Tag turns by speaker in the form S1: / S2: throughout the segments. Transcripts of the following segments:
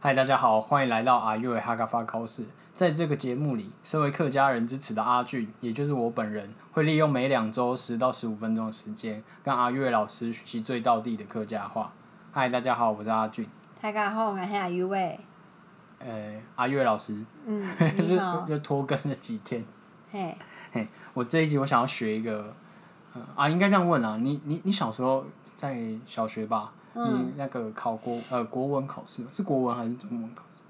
S1: 嗨，大家好，欢迎来到阿月哈嘎发高士。在这个节目里，身为客家人支持的阿俊，也就是我本人，会利用每两周十到十五分钟的时间，跟阿月老师学习最道地的客家话。嗨，大家好，我是阿俊。
S2: 大家好，我是阿鱼喂。
S1: 呃，阿月老师，，
S2: 嗯
S1: 又
S2: 你好，
S1: 又拖更了几天。
S2: 嘿，
S1: 嘿，我这一集我想要学一个，呃、啊，应该这样问啊，你你你小时候在小学吧，
S2: 嗯
S1: 你那个考国呃国文考试是国文还是中文考试？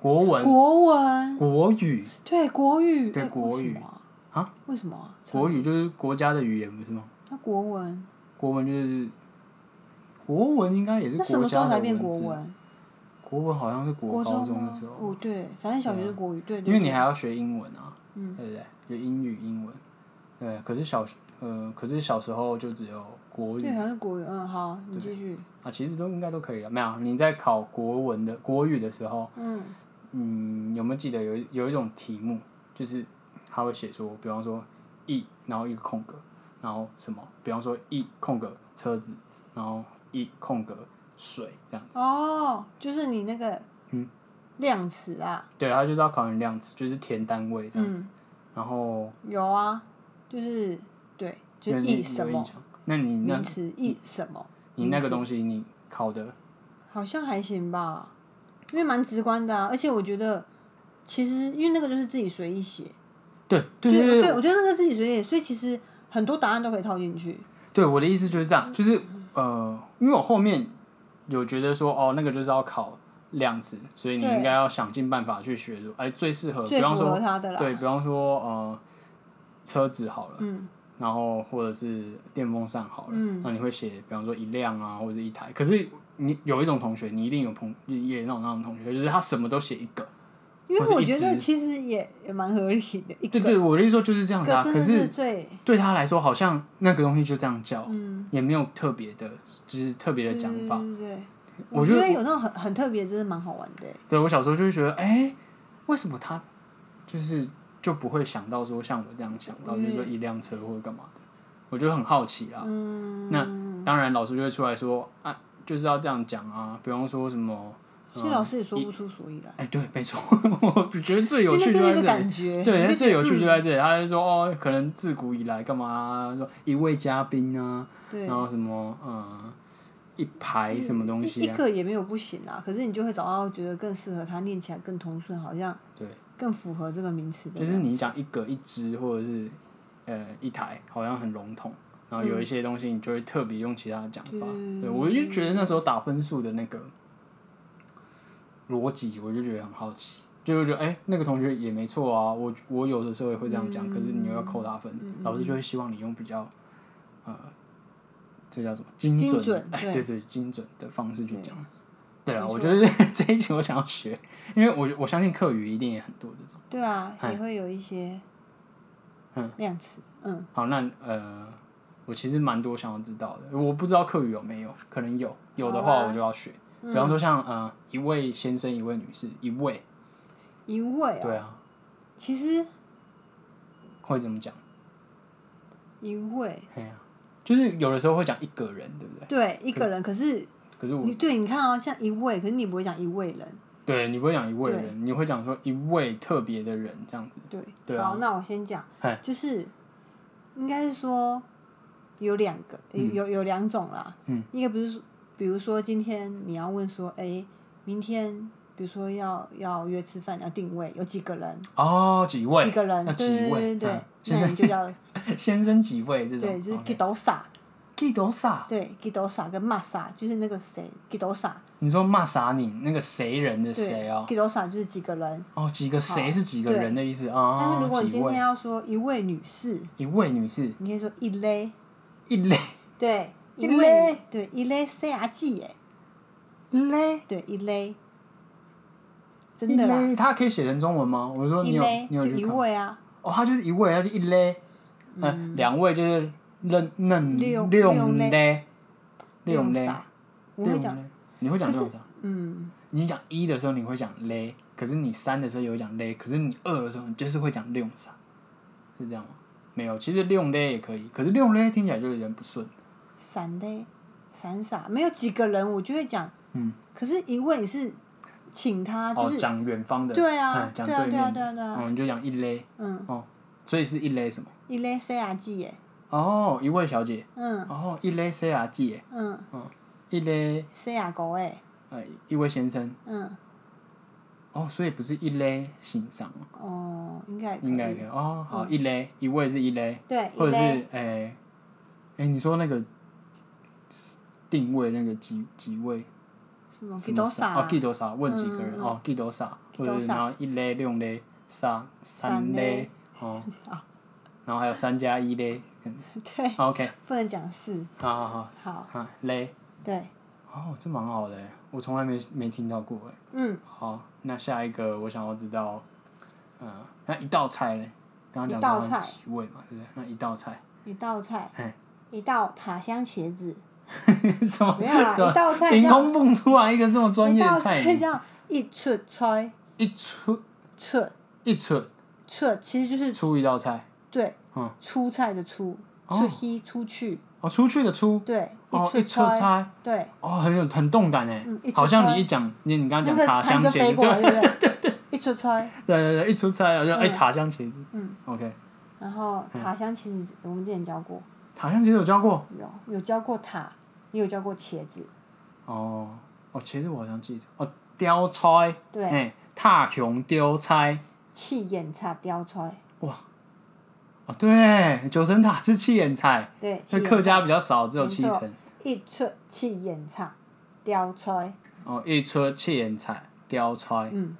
S1: 国文、
S2: 国文
S1: 国语、
S2: 对国语
S1: 对
S2: 哎
S1: 国语
S2: 为什么啊？为什么啊？
S1: 国语就是国家的语言不是吗？
S2: 那国文
S1: 国文就是国文应该也是
S2: 那什么
S1: 国
S2: 时
S1: 家
S2: 候
S1: 的
S2: 才
S1: 文
S2: 变
S1: 字。
S2: 国文？
S1: 国文好像是国
S2: 国
S1: 高
S2: 中
S1: 中的
S2: 吗
S1: 时候，？
S2: 哦，对，反正小学是国语，对
S1: 因为
S2: 对。嗯
S1: 你还要学英文啊，对不对？有英语、英文，对。可是小呃，可是小时候就只有国语。
S2: 对，好像是国语。嗯，好，你继续。
S1: 啊，其实都应该都可以了。没有，你在考国文的国语的时候，
S2: 嗯，
S1: 嗯，有没有记得有一有一种题目，就是他会写说，比方说“一”，然后一个空格，然后什么，比方说“一”空格车子，然后“一”空格水，这样。
S2: 哦，就是你那个
S1: 嗯
S2: 量词啊，
S1: 对，他就是要考你量词，就是填单位这样。
S2: 嗯，
S1: 然后
S2: 有啊，就是对，就
S1: 那
S2: 是
S1: 你
S2: 意什
S1: 有
S2: 么哦
S1: 印象？那你那
S2: 名词意什么，
S1: 你那个东西你考的，
S2: 好像还行吧，因为蛮直观的啊，而且我觉得其实因为那个就是自己随意写。
S1: 对对
S2: 对
S1: 对对，
S2: 我觉得那个自己随意，所以其实很多答案都可以套进去。
S1: 对，我的意思就是这样，就是呃，因为我后面有觉得说，哦，那个就是要考量词，所以你
S2: 对
S1: 应该要想尽办法去学出，哎，最适合，比
S2: 最符
S1: 方说，
S2: 合他的啦
S1: 对，比方说呃，车子好了，
S2: 嗯，
S1: 然后或者是电风扇好了，
S2: 嗯
S1: 那你会写，比方说一辆啊，或者是一台，可是。你有一种同学，你一定有朋也也有那种那种同学，就是他什么都写一个。
S2: 因为
S1: 或是
S2: 我
S1: 一
S2: 觉得
S1: 直
S2: 其实也也蛮合理的，一
S1: 对
S2: 个
S1: 对，我的意思说就是这样
S2: 一
S1: 子啊。
S2: 个
S1: 可
S2: 真的
S1: 是
S2: 是最
S1: 对他来说，好像那个东西就这样叫，
S2: 嗯
S1: 也没有特别的，就是特别的讲法。
S2: 对对对，
S1: 我
S2: 我
S1: 觉
S2: 觉
S1: 得
S2: 得有那种很很特别，真的蛮好玩的欸。
S1: 对我小时候就会觉得，哎、为什么他就是就不会想到说像我这样想到，就是说一辆车或者干嘛的，我就很好奇啊。
S2: 嗯，
S1: 那当然，老师就会出来说啊，就是要这样讲啊，比方说什么，
S2: 其实老师也说不出所以然，
S1: 哎、对，没错， 我觉得最
S2: 因
S1: 有
S2: 为
S1: 趣
S2: 那就是一
S1: 在
S2: 个
S1: 嗯这里。
S2: 感觉，
S1: 对，
S2: 你
S1: 那
S2: 就
S1: 最
S2: 觉
S1: 有
S2: 得
S1: 趣就
S2: 嗯
S1: 在这里。他就说哦，可能自古以来干嘛啊、说一位嘉宾啊，
S2: 对
S1: 然。后什么嗯，一排什么东
S2: 一
S1: 西
S2: 一
S1: 啊，
S2: 个也没有不行啊，可是你就会找到觉得更适合他，念起来更通顺，好像
S1: 对，
S2: 更符合这个名词的
S1: 就。是你讲一个一只或者是呃一台，好像很笼统。然后有一些东西你就会特别用其他的讲法。
S2: 嗯
S1: 对我就觉得那时候打分数的那个逻辑，我就觉得很好奇，就会觉得哎、那个同学也没错啊。我我有的时候也会这样讲，可是你又要扣他分，
S2: 嗯
S1: 老师就会希望你用比较呃，这叫什么精准？
S2: 精准
S1: 哎，
S2: 对
S1: 对对，精准的方式去讲。对啊，
S2: 没错
S1: 我觉得 这一集我想要学，因为我我相信课语一定也很多这种。
S2: 对啊，也会有一些量词，嗯。
S1: 好，那呃，我其实蛮多想要知道的，我不知道课语有没有，可能有，有的
S2: 啊
S1: 话我就要学。
S2: 嗯
S1: 比方说像呃一位先生，一位女士，一位，
S2: 一位啊，
S1: 对啊，
S2: 其实
S1: 会怎么讲？
S2: 一位
S1: 哎呀、就是有的时候会讲一个人，对不对？嗯
S2: 对一个人，可是
S1: 可是我
S2: 你对你看啊，像一位，可是你不会讲一位人，
S1: 对你不会讲一位人，你会讲说一位特别的人这样子。
S2: 对，
S1: 对啊
S2: 好，那我先讲
S1: 嗨，
S2: 就是应该是说有两个，
S1: 嗯
S2: 有有两种啦，嗯，一个不是说，比如说今天你要问说，哎，明天比如说要要约吃饭，要定位，有几个人，
S1: 哦，几位？
S2: 几个人，
S1: 那
S2: 对
S1: 几
S2: 对
S1: 位？
S2: 对对
S1: 嗯，
S2: 那你 就叫
S1: 先生几位这种？
S2: 对，就是
S1: OK
S2: g i d o s a
S1: 记多傻？
S2: 对 g i d o s a 跟 masa，就是那个谁 g i d o s a
S1: 你说骂傻你那个谁人的
S2: 对
S1: 谁哦？
S2: g i d o s a 就是几个人。
S1: 哦，几个谁是几个
S2: 对
S1: 人的意思啊？
S2: 但是如果你
S1: 几
S2: 今
S1: 位
S2: 天要说一位女士，
S1: 一位女士，
S2: 你可以说一类，
S1: 一类
S2: 对，
S1: 一
S2: 一
S1: 类
S2: 类，对，一类 C R G 哎，
S1: 嘞，
S2: 对，一类，真
S1: 一
S2: 的啦，
S1: 嘞，它可以写成中文吗？我说你
S2: 一
S1: 有
S2: 类
S1: 你有
S2: 就
S1: 去
S2: 一
S1: 看？
S2: 位啊，
S1: 哦，它就是一位，它是一嘞，嗯，两位就是嫩嫩
S2: 六
S1: 六
S2: 六嘞
S1: 嘞，六
S2: 用
S1: 嘞，
S2: 啥？我会讲
S1: 六，嘞，你会讲这种啥？
S2: 嗯，
S1: 你讲一的时候你会讲嘞，可是你三的时候也会讲嘞，可是你二的时候你就是会讲六啥，是这样吗？没有，其实六嘞也可以，可是六嘞听起来就有点不顺。
S2: 散类，散傻，没有几个人，我就会讲，
S1: 嗯，
S2: 可是一位你是请他，就
S1: 哦，
S2: 是
S1: 讲远方的，
S2: 对啊
S1: 嗯，讲
S2: 对啊，对啊，
S1: 面
S2: 对
S1: 的，
S2: 啊，对啊，
S1: 嗯，你就讲一勒，
S2: 嗯，
S1: 哦，所以是一勒什么？
S2: 伊勒塞亚季耶，
S1: 哦，一位小姐，
S2: 嗯
S1: 哦，一勒 C R G，耶
S2: 嗯，
S1: 哦一勒
S2: 塞亚狗诶，
S1: 呃一位先生，
S2: 嗯，
S1: 哦，所以不是一勒欣赏，
S2: 哦，应该也可以
S1: 应该可以哦，好，一勒一位是一勒，
S2: 对，
S1: 或
S2: 伊
S1: 者是
S2: 勒
S1: 诶诶、哎你说那个定位那个几几位
S2: 什么
S1: 什
S2: 基
S1: 么
S2: 多
S1: 啥？
S2: 萨
S1: 哦，几多少？问几个人？
S2: 嗯嗯
S1: 哦，几多少？
S2: 几
S1: 或
S2: 多
S1: 者
S2: 少
S1: 是然后一勒六勒三三
S2: 三
S1: 勒
S2: 勒
S1: 哦，然后还有三加一勒，嗯
S2: 对，
S1: 好，OK，
S2: 不能讲四，
S1: 好好好，
S2: 好，
S1: 好勒，
S2: 对，
S1: 哦，这蛮好的耶，我从来没没听到过哎。
S2: 嗯，
S1: 好，那下一个我想要知道，呃，那一道菜嘞？刚刚
S2: 一道
S1: 讲到
S2: 菜
S1: 几味嘛，对不对？那一道 菜
S2: 一道菜
S1: 嘿，
S2: 一道塔香茄子，
S1: 什么？
S2: 没有啦
S1: 什么
S2: 一道菜
S1: 凭
S2: 叫
S1: 空蹦出来一个这么专
S2: 一
S1: 业的
S2: 道
S1: 菜
S2: 菜
S1: 名，
S2: 叫一出菜，
S1: 一出
S2: 出
S1: 一出
S2: 出其实就是
S1: 出一道菜，
S2: 对
S1: 嗯，
S2: 出菜的出，
S1: 哦
S2: 出黑出去，
S1: 哦，出去的出，
S2: 对，
S1: 哦，一
S2: 出
S1: 出
S2: 菜，
S1: 差，
S2: 对，
S1: 哦，很有很动感哎
S2: 嗯一，出
S1: 好像
S2: 差
S1: 你一讲，你你刚
S2: 那
S1: 刚讲
S2: 个
S1: 塔香
S2: 盘就
S1: 茄
S2: 飞
S1: 子，
S2: 过 来，
S1: 对
S2: 对不对？一出菜，
S1: 对对，一出差，我就哎
S2: 嗯
S1: 塔香茄子，哦
S2: 嗯
S1: ，OK，
S2: 然后
S1: 嗯
S2: 塔香其实我们之前教过，
S1: 塔香茄子有教过，
S2: 有有教过塔，也有教过茄子，
S1: 哦哦，茄子我好像记得，哦，雕菜，
S2: 对
S1: 哎，塔琼雕菜。
S2: 气眼叉雕菜，
S1: 哦，对，九层塔是七眼菜，
S2: 对，
S1: 那
S2: 气
S1: 客
S2: 眼
S1: 家比较少，只有
S2: 没
S1: 七
S2: 错
S1: 成。
S2: 一出气眼叉雕菜，
S1: 哦，一车七眼菜，雕菜，
S2: 嗯，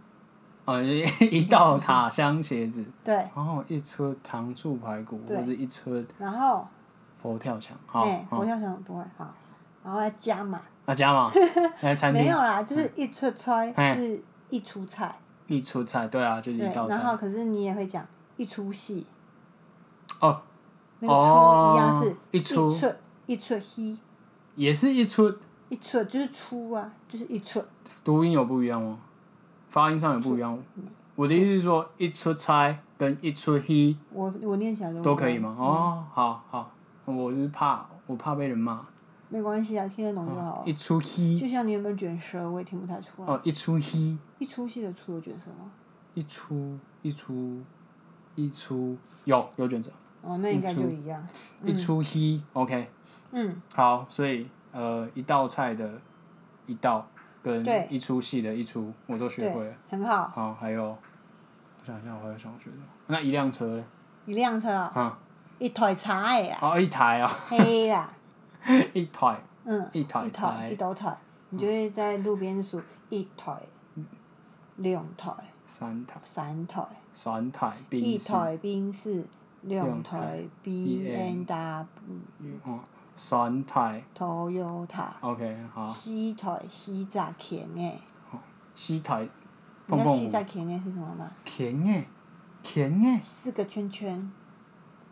S1: 哦，一 一道塔香茄子，
S2: 对，
S1: 哦，一车糖醋排骨，
S2: 对
S1: 或者一车
S2: 然后
S1: 佛跳墙，好，
S2: 哎，
S1: 好
S2: 佛跳墙不会好，然后再加嘛，
S1: 那啊加 嘛，来餐
S2: 没
S1: 厅
S2: 有啦，就是一出菜
S1: 哎
S2: 就是一出菜，
S1: 一出菜，对啊，就是
S2: 对
S1: 一，道
S2: 然后
S1: 菜。
S2: 可是你也会讲一出戏，
S1: 哦，
S2: 那个出一样
S1: 哦
S2: 是
S1: 一出
S2: 出一出黑，
S1: 也是一出，
S2: 一出就是出啊，就是一出，
S1: 读音有不一样吗？发音上有不一样吗？我的意思是说，一出菜跟一出黑
S2: 我我念起来都
S1: 都可以吗？
S2: 一样？
S1: 哦，好好，我是怕我怕被人骂。
S2: 没关系啊，听得懂就好了。
S1: 哦一出黑
S2: 就像你有没有卷舌，我也听不太出来。
S1: 哦，一出黑，
S2: 一出戏的出有卷舌吗？
S1: 一出一出一出有有卷舌，
S2: 哦，那应该就一样。
S1: 一出黑，OK，
S2: 嗯，
S1: 好，所以呃一道菜的一道跟
S2: 对
S1: 一出戏的一出我都学会了，
S2: 对，很好。
S1: 好，还有我想一下我还有想学的，那一辆车嘞，
S2: 一辆车啊，
S1: 啊，
S2: 一台茶的啦，
S1: 哦一台啊，
S2: 嘿啦，
S1: 一台
S2: 嗯，
S1: 一台
S2: 一
S1: 茶
S2: 台一斗台，你就会在路边数一台、两台、
S1: 三台
S2: 嗯三台、
S1: 三台
S2: 一
S1: 冰室，
S2: 台宾士，
S1: 两
S2: 两
S1: 台
S2: 台 B N W、
S1: 嗯，三台
S2: Toyota，
S1: ，OK，好，
S2: 四台四十擎的。
S1: 四台
S2: 你
S1: 蹦
S2: 知
S1: 蹦舞
S2: 道四十擎的是什么吗？
S1: 甜耶，甜耶。
S2: 四个圈圈，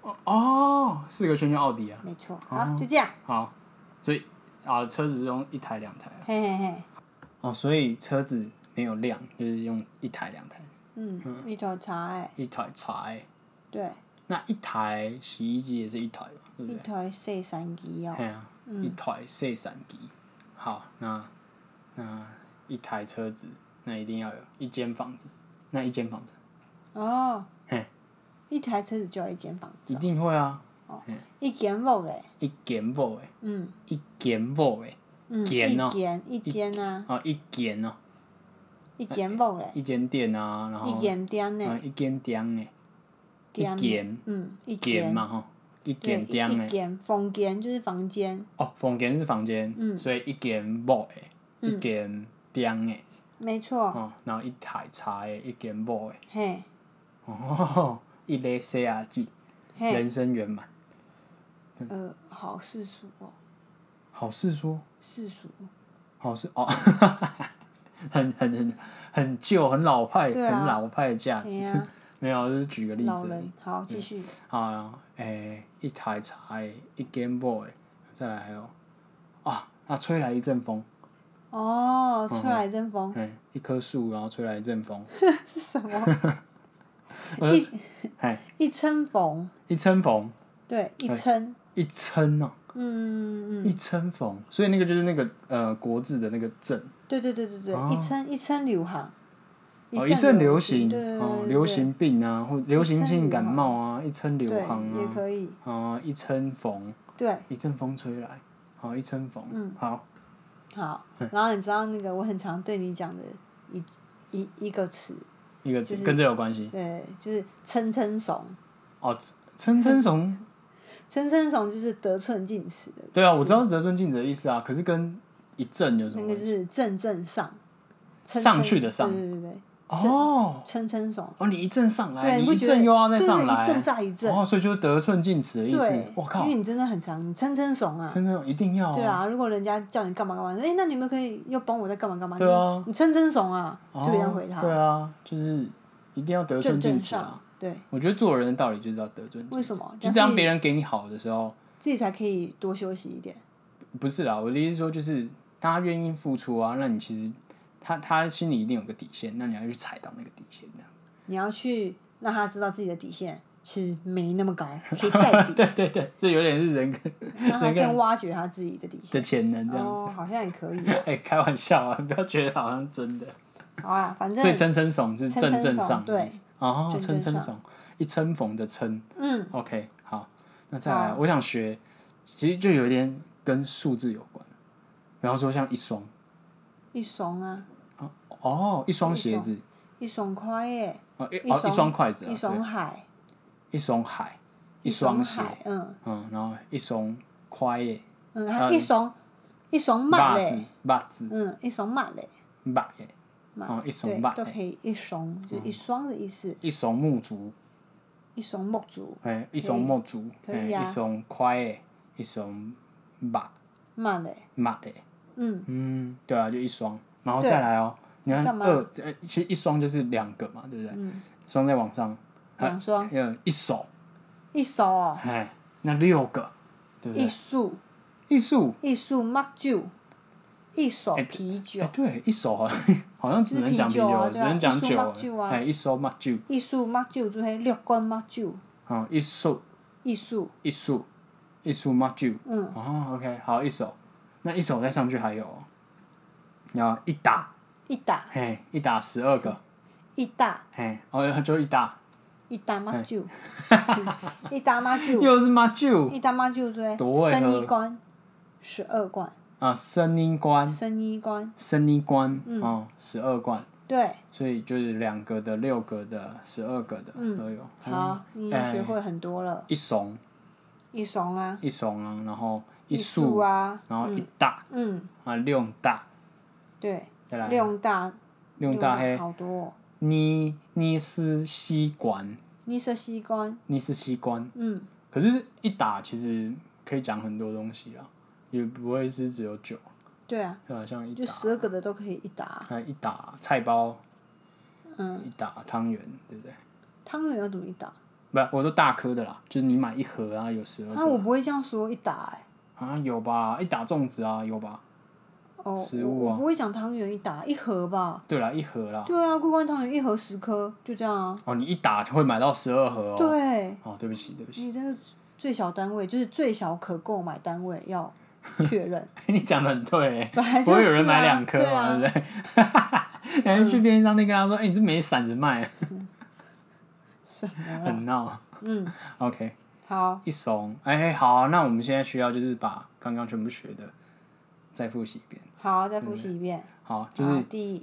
S1: 哦哦，四个圈圈奥迪啊，
S2: 没错。
S1: 哦
S2: 好，就这样。
S1: 好，所以啊，车子是用一台两台啊
S2: 嘿嘿嘿，
S1: 哦，所以车子没有量，就是用一台两台，
S2: 嗯，一头茶诶，
S1: 一台柴，
S2: 对，
S1: 那一台洗衣机也是一台吧，对不
S2: 一
S1: 对？
S2: 头细三机哦
S1: 嘿，啊，一台洗伞机。好，那那一台车子，那一定要有一间房子，那一间房子
S2: 哦
S1: 嘿，
S2: 一台车子就要一间房
S1: 一
S2: 子，
S1: 定会啊，
S2: 一间屋嘞，
S1: 一间房诶，
S2: 嗯
S1: 一间房诶，
S2: 嗯，一
S1: 间哦
S2: 间一间啊，
S1: 啊，一间哦，
S2: 一间屋嘞，
S1: 一间店啊，然后
S2: 一间店
S1: 啊
S2: 嘞，
S1: 一间店诶。
S2: 店
S1: 一间
S2: 嗯，一
S1: 间
S2: 间，
S1: 嘛吼，一间
S2: 对，一
S1: 店
S2: 一
S1: 诶，
S2: 间房间就是房间，
S1: 哦，房间是房间，
S2: 嗯
S1: 所以一间某诶，一间店诶，
S2: 没错，
S1: 哦，然后一台茶诶，一间某诶，
S2: 嘿
S1: 哦， 一类 C R G，
S2: 嘿，
S1: 人生圆满，
S2: 呃，好世俗哦，
S1: 好事说，
S2: 世俗，
S1: 好事哦， 很很很很旧，很老派，
S2: 对啊
S1: 很老派的价
S2: 哎
S1: 值，
S2: 呀，
S1: 没有，就是举个例
S2: 老
S1: 子而已
S2: 人，好，继续，
S1: 啊，诶、一台茶诶，一间某诶，再来还有，啊，啊，吹来一阵风。
S2: 哦，出来 阵风
S1: 哎，一棵树，然后吹来一阵风，
S2: 是什么？
S1: 我就
S2: 一
S1: 哎，
S2: 一称逢，
S1: 一撑风，哎
S2: 对，一称，
S1: 一撑哦，
S2: 嗯，
S1: 一称缝，所以那个就是那个呃国字的那个正，
S2: 对对对对对，一称一称流行，
S1: 哦哦，一阵流行，
S2: 对对对
S1: 哦，
S2: 对
S1: 流行病啊，或流行性感冒啊，一称
S2: 对
S1: 流行
S2: 也
S1: 啊，
S2: 可以，
S1: 啊，一称缝，
S2: 对，嗯
S1: 一阵风吹来，好，一称缝，好，
S2: 好。然后你知道那个我很常对你讲的一一一个词，
S1: 一个字跟这有关系
S2: 对，就是称称怂，
S1: 哦，称称怂，
S2: 称称怂就是得寸进尺的，
S1: 对啊，我知道得寸进尺的意思啊，可是跟一阵有什
S2: 那
S1: 么
S2: 个
S1: 关
S2: 就
S1: 系？
S2: 是正正上，称
S1: 上去的上
S2: 对对对对，
S1: 哦
S2: 称称怂，
S1: 哦，你一阵上来，
S2: 对，
S1: 你
S2: 不
S1: 一
S2: 觉得
S1: 阵又要再
S2: 对
S1: 上
S2: 一阵
S1: 来，
S2: 再一阵，
S1: 哦，所以就是得寸进尺的意思
S2: 对。，
S1: 我靠
S2: 因为，你真的很常称称怂啊，
S1: 称称一定要
S2: 对啊，如果人家叫你干嘛干嘛，哎、那你们可以又帮我在干嘛干嘛？
S1: 对啊
S2: 你，你称称怂啊，
S1: 哦
S2: 就这样回他，
S1: 对啊，就是一定要得寸
S2: 正
S1: 进
S2: 正
S1: 尺啊
S2: 上。，对，
S1: 我觉得做人的道理就是要得寸进尺。
S2: 为什么
S1: 就当别人给你好的时候，
S2: 自己才可以多休息一点。
S1: 不是啦，我的意思是说就是他愿意付出啊，那你其实他他心里一定有个底线，那你要去踩到那个底线这样。
S2: 你要去让他知道自己的底线其实没那么高，可以再 低，
S1: 对对对，这有点是人跟
S2: 让他
S1: 人跟
S2: 更挖掘他自己的底线。
S1: 的 潜能这样。
S2: 哦，好像也可以，
S1: 哎、开玩笑啊，不要觉得好像真的。
S2: 好啊，反
S1: 所以
S2: 正
S1: 称称怂是正正上的意思，哦，
S2: 正
S1: 称
S2: 正
S1: 称怂，一称逢的称。
S2: 嗯，
S1: OK，好，那再来，我想学，其实就有一点跟数字有关，比方说像一双，
S2: 一怂啊，
S1: 哦，一双鞋子，
S2: 一怂快耶，
S1: 哦，一
S2: 一
S1: 哦
S2: 双
S1: 一双筷子啊，
S2: 一
S1: 对
S2: 怂海，
S1: 一双海，一
S2: 一
S1: 双
S2: 怂
S1: 鞋，
S2: 海，嗯
S1: 嗯，然后一双筷耶，
S2: 嗯，还一怂一怂慢
S1: 啊袜
S2: 嘞，
S1: 子，袜子，
S2: 嗯，一怂慢嘞，
S1: 袜耶，
S2: 慢
S1: 哦，一
S2: 对
S1: 双袜，
S2: 都可以一怂，就
S1: 嗯
S2: 一双的意思，
S1: 一双木竹，
S2: 一怂木竹
S1: 哎，一双木竹，
S2: 可
S1: 哎，
S2: 以啊
S1: 一双筷耶，一双袜
S2: 慢嘞，
S1: 袜耶。
S2: 嗯，
S1: 嗯，对啊，就一双，然后
S2: 对
S1: 再来哦、你看
S2: 干嘛嗯
S1: 二，呃，其实一双就是两个嘛，对不对？双、在往上，
S2: 两双
S1: 呃，一手，
S2: 一手哦，
S1: 哎，那六个，对不
S2: 一
S1: 对？
S2: 束
S1: 一束，
S2: 一束木酒，一手
S1: 哎
S2: 啤
S1: 哎、
S2: 酒，
S1: 对，一手好像 好像只能讲啤
S2: 是啤酒啊
S1: 酒，只
S2: 对啊
S1: 能讲
S2: 一束
S1: 酒
S2: 目睭，啊
S1: 哎，一手嘛酒，
S2: 一束木酒就是六罐木酒，
S1: 啊，一束
S2: 一束
S1: 一束一束嘛酒，
S2: 嗯，
S1: 哦，OK，好，一手，那一手再上去还有、哦，然后一打，
S2: 一打
S1: 嘿，一打十二个，
S2: 一打
S1: 嘿，哦，就一打，
S2: 一打木酒， 一打木酒。
S1: 哎又是嘛酒
S2: 一大妈就对
S1: 多会，喝
S2: 生一关，十二关，
S1: 啊，声音关。
S2: 生一关，
S1: 生一关、
S2: 嗯
S1: 哦，十二罐，
S2: 对，
S1: 所以就是两格的、六格的、十二格的都有。
S2: 嗯
S1: 嗯
S2: 好，你
S1: 哎
S2: 也学会很多了，
S1: 一怂
S2: 一怂啊，
S1: 一怂啊，然后一
S2: 束
S1: 束，
S2: 啊，
S1: 然后一大
S2: 嗯，
S1: 啊，六大，
S2: 对，
S1: 再来
S2: 六大，
S1: 六大黑
S2: 好多哦，
S1: 你你是吸管，
S2: 你是西关，
S1: 你是吸管。
S2: 嗯，
S1: 可是，一打其实可以讲很多东西啦，也不会是只有酒，
S2: 对啊，
S1: 对吧？像一
S2: 就
S1: 打，
S2: 十二个的都可以一打，
S1: 还有一打菜包，
S2: 嗯，
S1: 一打汤圆，对不对？
S2: 汤圆要怎么一打？
S1: 不，我说大颗的啦，就是你买一盒啊，有十二个
S2: 啊，我不会这样说一打，哎，
S1: 啊，有吧？一打粽子啊，有吧？
S2: 哦，
S1: 食
S2: 我
S1: 物啊
S2: 我不会讲汤圆一打一盒吧？
S1: 对啦，一盒啦。
S2: 对啊，过关汤圆一盒十颗，就这样啊，
S1: 哦，你一打就会买到十二盒哦。
S2: 对。
S1: 哦，对不起，对不起，
S2: 你这个最小单位就是最小可购买单位要 确认，
S1: 你讲的很对欸，
S2: 本来
S1: 不
S2: 就是、啊、
S1: 会有人买两颗
S2: 对
S1: 嘛，
S2: 啊，
S1: 对不对？ 然后去便利商店跟他说：“哎、你这没散着卖啊，
S2: 什么啦？
S1: 很闹。
S2: 嗯，”
S1: OK，
S2: 好，
S1: 一怂，哎、好啊、那我们现在需要就是把刚刚全部学的再复习一遍。
S2: 好，再复习一遍。
S1: 好，就
S2: 好
S1: 是
S2: 第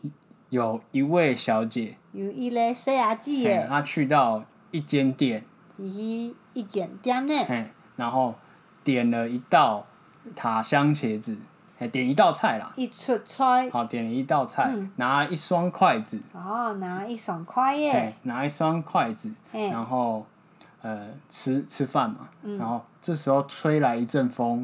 S1: 有一位小姐，
S2: 有一个西阿姊
S1: 哎
S2: 的，
S1: 她去到一间店，
S2: 伊去一点点呢，
S1: 嘿，然后点了一道塔香茄子，嘿，点一道菜啦，
S2: 一出菜，
S1: 好，点了一道菜，
S2: 嗯
S1: 拿一双筷子，
S2: 然后啊拿一双块耶，
S1: 嘿，哎拿一双筷子，
S2: 嘿嗯
S1: 然后呃吃吃饭嘛，然后这时候吹来一阵风，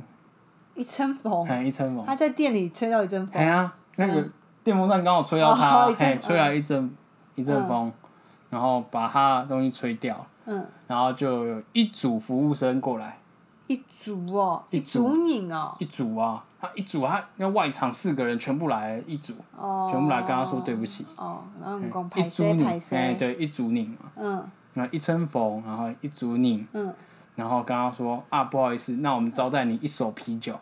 S2: 一阵风，
S1: 嘿，一阵风，
S2: 他在店里吹到一阵
S1: 哎
S2: 风，
S1: 呀，那个电风扇刚好吹到它，
S2: 嗯哦一阵
S1: 嘿，吹来一阵一阵风，然后把它东西吹掉，
S2: 嗯，
S1: 然后就有一组服务生过来，
S2: 一组哦，
S1: 一
S2: 一组人哦，
S1: 一组啊，他一组他那外场四个人全部来一组，
S2: 哦，
S1: 全部来跟他说对不起，
S2: 哦，然后你讲
S1: 哎一
S2: 排
S1: 组
S2: 谁
S1: 你，
S2: 排
S1: 哎、
S2: 谁，
S1: 对，一组你嘛，
S2: 嗯
S1: 那一称缝，然后一组你，
S2: 嗯，
S1: 然后跟他说啊，不好意思，那我们招待你一手啤酒，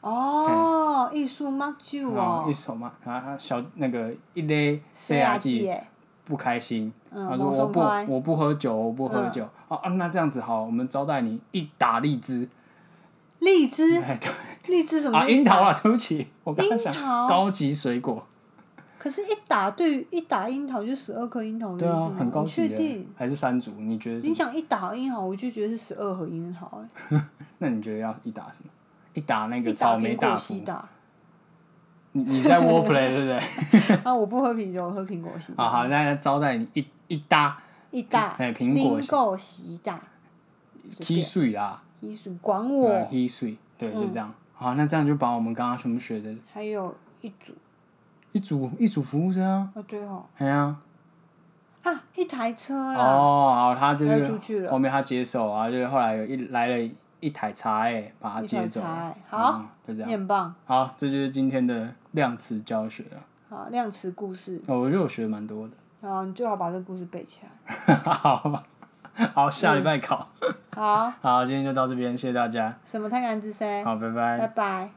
S2: 哦，艺术 mark 酒
S1: 然后
S2: 哦
S1: 哎一，手嘛，然后他小那个一勒 C
S2: 啊
S1: R G
S2: 姐，
S1: 不开心，
S2: 嗯
S1: 他说
S2: 没
S1: 我
S2: 送
S1: 不
S2: 乖
S1: 我不喝酒，我不
S2: 嗯
S1: 喝酒。哦、啊，那这样子好，我们招待你一打荔枝，
S2: 荔枝，
S1: 哎对
S2: 荔枝什么？
S1: 啊，樱桃啊，对不起，我刚刚
S2: 樱
S1: 想
S2: 桃
S1: 高级水果，
S2: 可是，一打对于一打樱桃就十二颗樱桃的
S1: 对
S2: 意思
S1: 啊
S2: 吗，
S1: 很高
S2: 你确
S1: 级的
S2: 定？，
S1: 还是山竹？你觉得是
S2: 你？想一打樱桃，我就觉得是十二盒樱桃、欸，
S1: 那你觉得要一打什么？一打那
S2: 一
S1: 个
S2: 打
S1: 草莓
S2: 苹
S1: 大
S2: 果
S1: 福
S2: 西，打。
S1: 你你在 WordPlay 对不 对？
S2: 啊，我不喝啤酒，我喝苹果西
S1: 好
S2: 打。
S1: 好，那招待你一一打
S2: 一打
S1: 啊哎苹果西
S2: 苹果西打，
S1: T 水啦，
S2: 你属管我。
S1: T 水，对，就这样。
S2: 嗯
S1: 好，那这样就把我们刚刚全部学的
S2: 还有一组，
S1: 一组一组服务生啊，
S2: 啊对哦，
S1: 哎呀、
S2: 啊一台车啦，
S1: 哦，好，他就
S2: 他就出去
S1: 是
S2: 了
S1: 后面他接手啊，就是后来有一来了一台茶哎，把他
S2: 一
S1: 接
S2: 台
S1: 走
S2: 茶
S1: 了
S2: 欸，好
S1: 嗯，就这样。
S2: 你很棒。
S1: 好，这就是今天的量词教学了。
S2: 好，量词故事，
S1: 哦，我觉得我学蛮多的。
S2: 然后你最好把这个故事背起来。
S1: 好，好，下礼拜考。
S2: 好，
S1: 好，今天就到这边，谢谢大家。
S2: 什么太感之 C，
S1: 好，拜拜
S2: 拜。拜。